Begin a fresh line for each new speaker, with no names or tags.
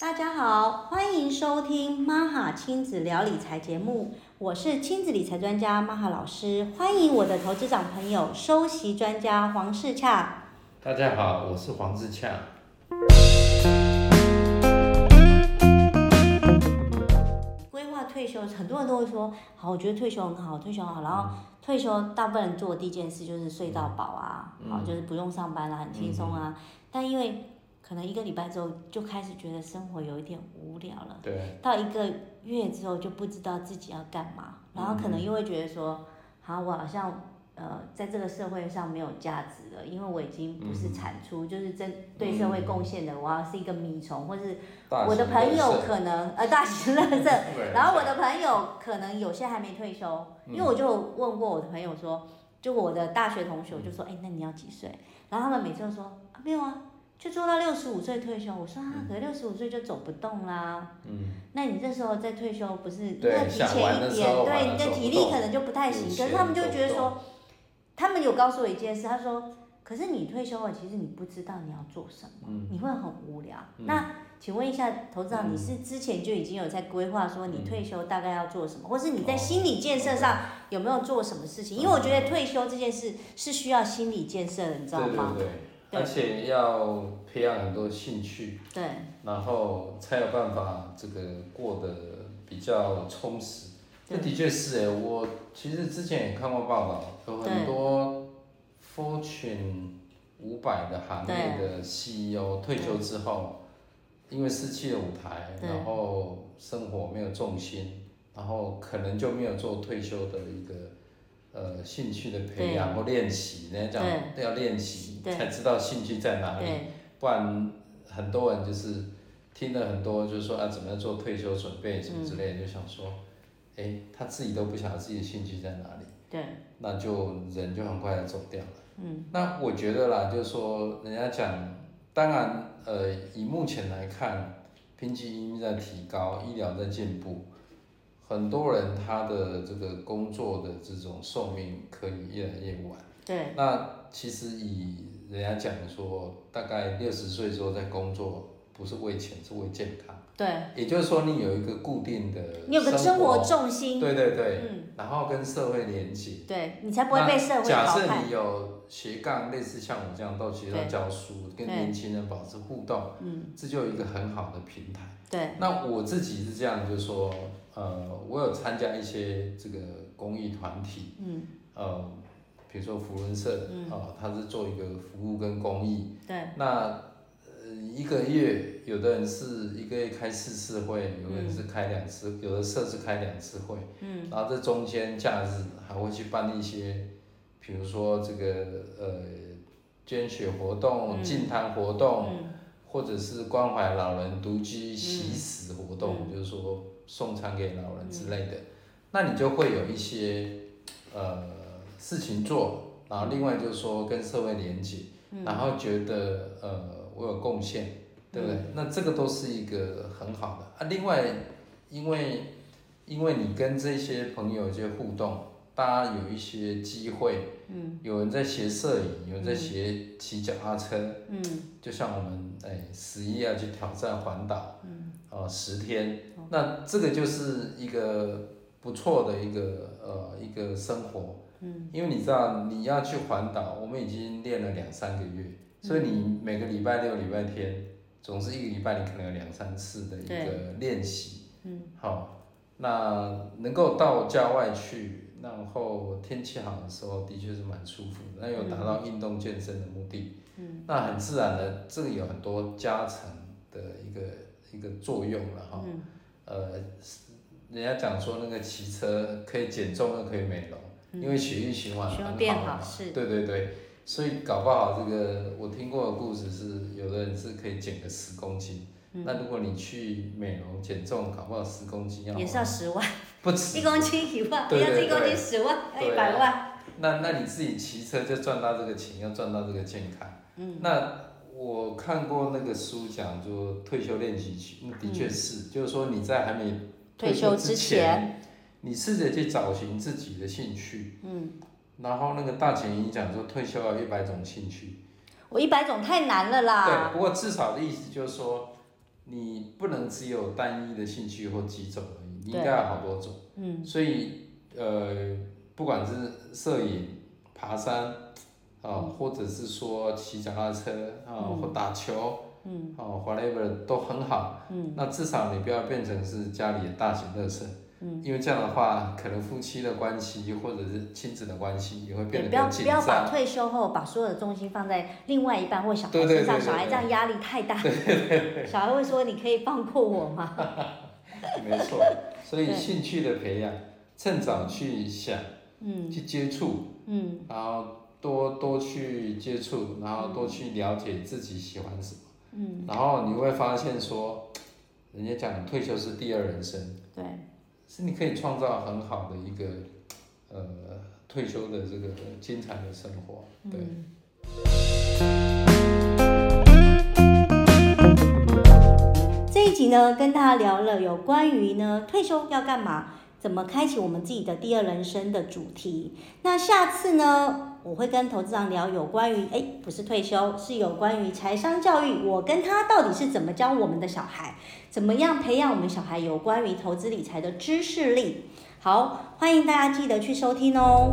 大家好，欢迎收听玛哈亲子聊理财节目，我是亲子理财专家玛哈老师，欢迎我的投资长朋友收息专家黄世洽。
大家好，我是黄志洽。
规划退休，很多人都会说，好，我觉得退休很好，退休很好，然后退休大部分人做的第一件事就是睡到饱啊，好，就是不用上班啦、很轻松啊。但因为可能一个礼拜之后就开始觉得生活有一点无聊了。
对，
到一个月之后就不知道自己要干嘛，然后可
嗯
能又会觉得说，好，我好像呃在这个社会上没有价值了，因为我已经不
嗯
是产出，就是真对社会贡献的，我要是一个米虫，或是
大
我的
型
朋友
乐色
可能呃大型乐色，
对
然后我的朋友可能有些还没退休，
嗯
因为我就问过我的朋友说，就我的大学同学，我就
嗯
说，哎、那你要几岁？然后他们每次都说、啊、没有啊，就做到六十五岁退休。我说
嗯
啊，可六十五岁就走不动啦。嗯。那你这时候再退休，不是
对
那提前
想玩的
一
时候
点，
玩
对你
得
的
走
体
不
力
动
可能就不太行。
有
可是
些
他们就
走不
觉得说
动，
他们有告诉我一件事，他说，可是你退休了，其实你不知道你要做什么，你会很无聊。那请问一下，投资长，你是之前就已经有在规划说你退休大概要做什么，或是你在心理建设上有没有做什么事情？因为我觉得退休这件事是需要心理建设的，你知道吗？
对对对，而且要培养很多兴趣，
对
然后才有办法这个过得比较充实。这
对
的确是哎，我其实之前也看过报道，有
对
很多 Fortune 五百的行业的 CEO 退休之后，因为失去了舞台，
对
然后生活没有重心，然后可能就没有做退休的一个呃兴趣的培养或练习，人家讲要练习
对
才知道兴趣在哪里。
对
不然很多人就是听了很多，就是说啊，怎么样做退休准备什么之类的，就想说，哎、他自己都不晓得自己的兴趣在哪里，
对
那就人就很快的走掉了。嗯，那我觉得啦，就是说，人家讲，当然，呃，以目前来看，经济音在提高，医疗在进步。很多人他的这个工作的这种寿命可以越来越晚。
对
那其实以人家讲说，大概六十岁之后在工作，不是为钱，是为健康。
对，
也就是说，你有一个固定的
你有个生活重心，
对对对，
嗯，
然后跟社会连接。
对你才不会被社会
假
淘
设
汰。
你有斜杠，类似像我这样到学校
对
教书，跟
对
年轻人保持互动，
嗯，
这就有一个很好的平台。
对
那我自己是这样，就是说，呃，我有参加一些这个公益团体，嗯，呃，比如说福伦社，嗯，哦，它是做一个服务跟公益，
对
那呃一个月，有的人是一个月开四次会，有的人是开两次，有的社是开两次会，嗯，然后这中间假日还会去办一些，比如说这个呃捐血活动、净坛活
哦
动，
嗯
或者是关怀老人独居习食活动，就是说送餐给老人之类的，那你就会有一些呃事情做，然后另外就是说跟社会连接。然后觉得呃我有贡献，对不对？那这个都是一个很好的啊。另外，因为因为你跟这些朋友有一些互动，大家有一些机会，嗯，有人在学摄影，有人在学骑脚踏车，嗯，就像我们哎十一要去挑战环岛，嗯，呃十天，那这个就是一个不错的一个呃一个生活。因为你知道你要去环岛，我们已经练了两三个月，所以你每个礼拜六、礼拜天，总是一个礼拜你可能有两三次的一个练习。嗯，好，那能够到郊外去，然后天气好的时候，的确是蛮舒服的，那有达到运动健身的目的。嗯，那很自然的，这个有很多加成的一个一个作用了哈。嗯、呃，人家讲说那个骑车可以减重又可以美容。因为血液循环
希
很
望
好
嗯变
嘛
好是
对对对，所以搞不好这个我听过的故事是，有的人是可以减个十公斤，
嗯
那如果你去美容减重，搞不好十公斤要
也是要十万，
不止
一公斤一万，不
对
要
对
是一公斤
对
十万，要
对
一百万。
那那你自己骑车就赚到这个钱，又赚到这个健康。嗯。那我看过那个书讲，就退休练习曲，那的确是，就是说你在还没
退休
休
之
前，你试着去找寻自己的兴趣。嗯。然后那个大前研讲说，退休要一百种兴趣。
我一百种太难了啦。
对，不过至少的意思就是说，你不能只有单一的兴趣或几种而已，你应
对
该有好多种。
嗯
所以呃，不管是摄影、爬山啊、或者是说骑脚踏车啊、或打球
嗯
啊、whatever 都很好。
嗯
那至少你不要变成是家里的大型垃圾。
嗯，
因为这样的话，可能夫妻的关系或者是亲子的关系也会
对，
变得
不要
更
不
紧
要把
张。
退休后把所有的重心放在另外一半或小孩
对对
身上，
对对
小孩这样压力太大，小孩会说你可以放过我吗？
没错，所以
对
兴趣的培养，趁早去想、
嗯
去接触，
嗯
然后多多去接触，然后多去了解自己喜欢什么，
嗯，
然后你会发现说，人家讲退休是第二人生，
对，
是你可以创造很好的一个呃退休的这个呃精彩的生活，对。
嗯。这一集呢，跟大家聊了有关于呢退休要干嘛，怎么开启我们自己的第二人生的主题。那下次呢，我会跟投资长聊有关于，哎，不是退休，是有关于财商教育，我跟他到底是怎么教我们的小孩，怎么样培养我们小孩有关于投资理财的知识力。好，欢迎大家记得去收听哦。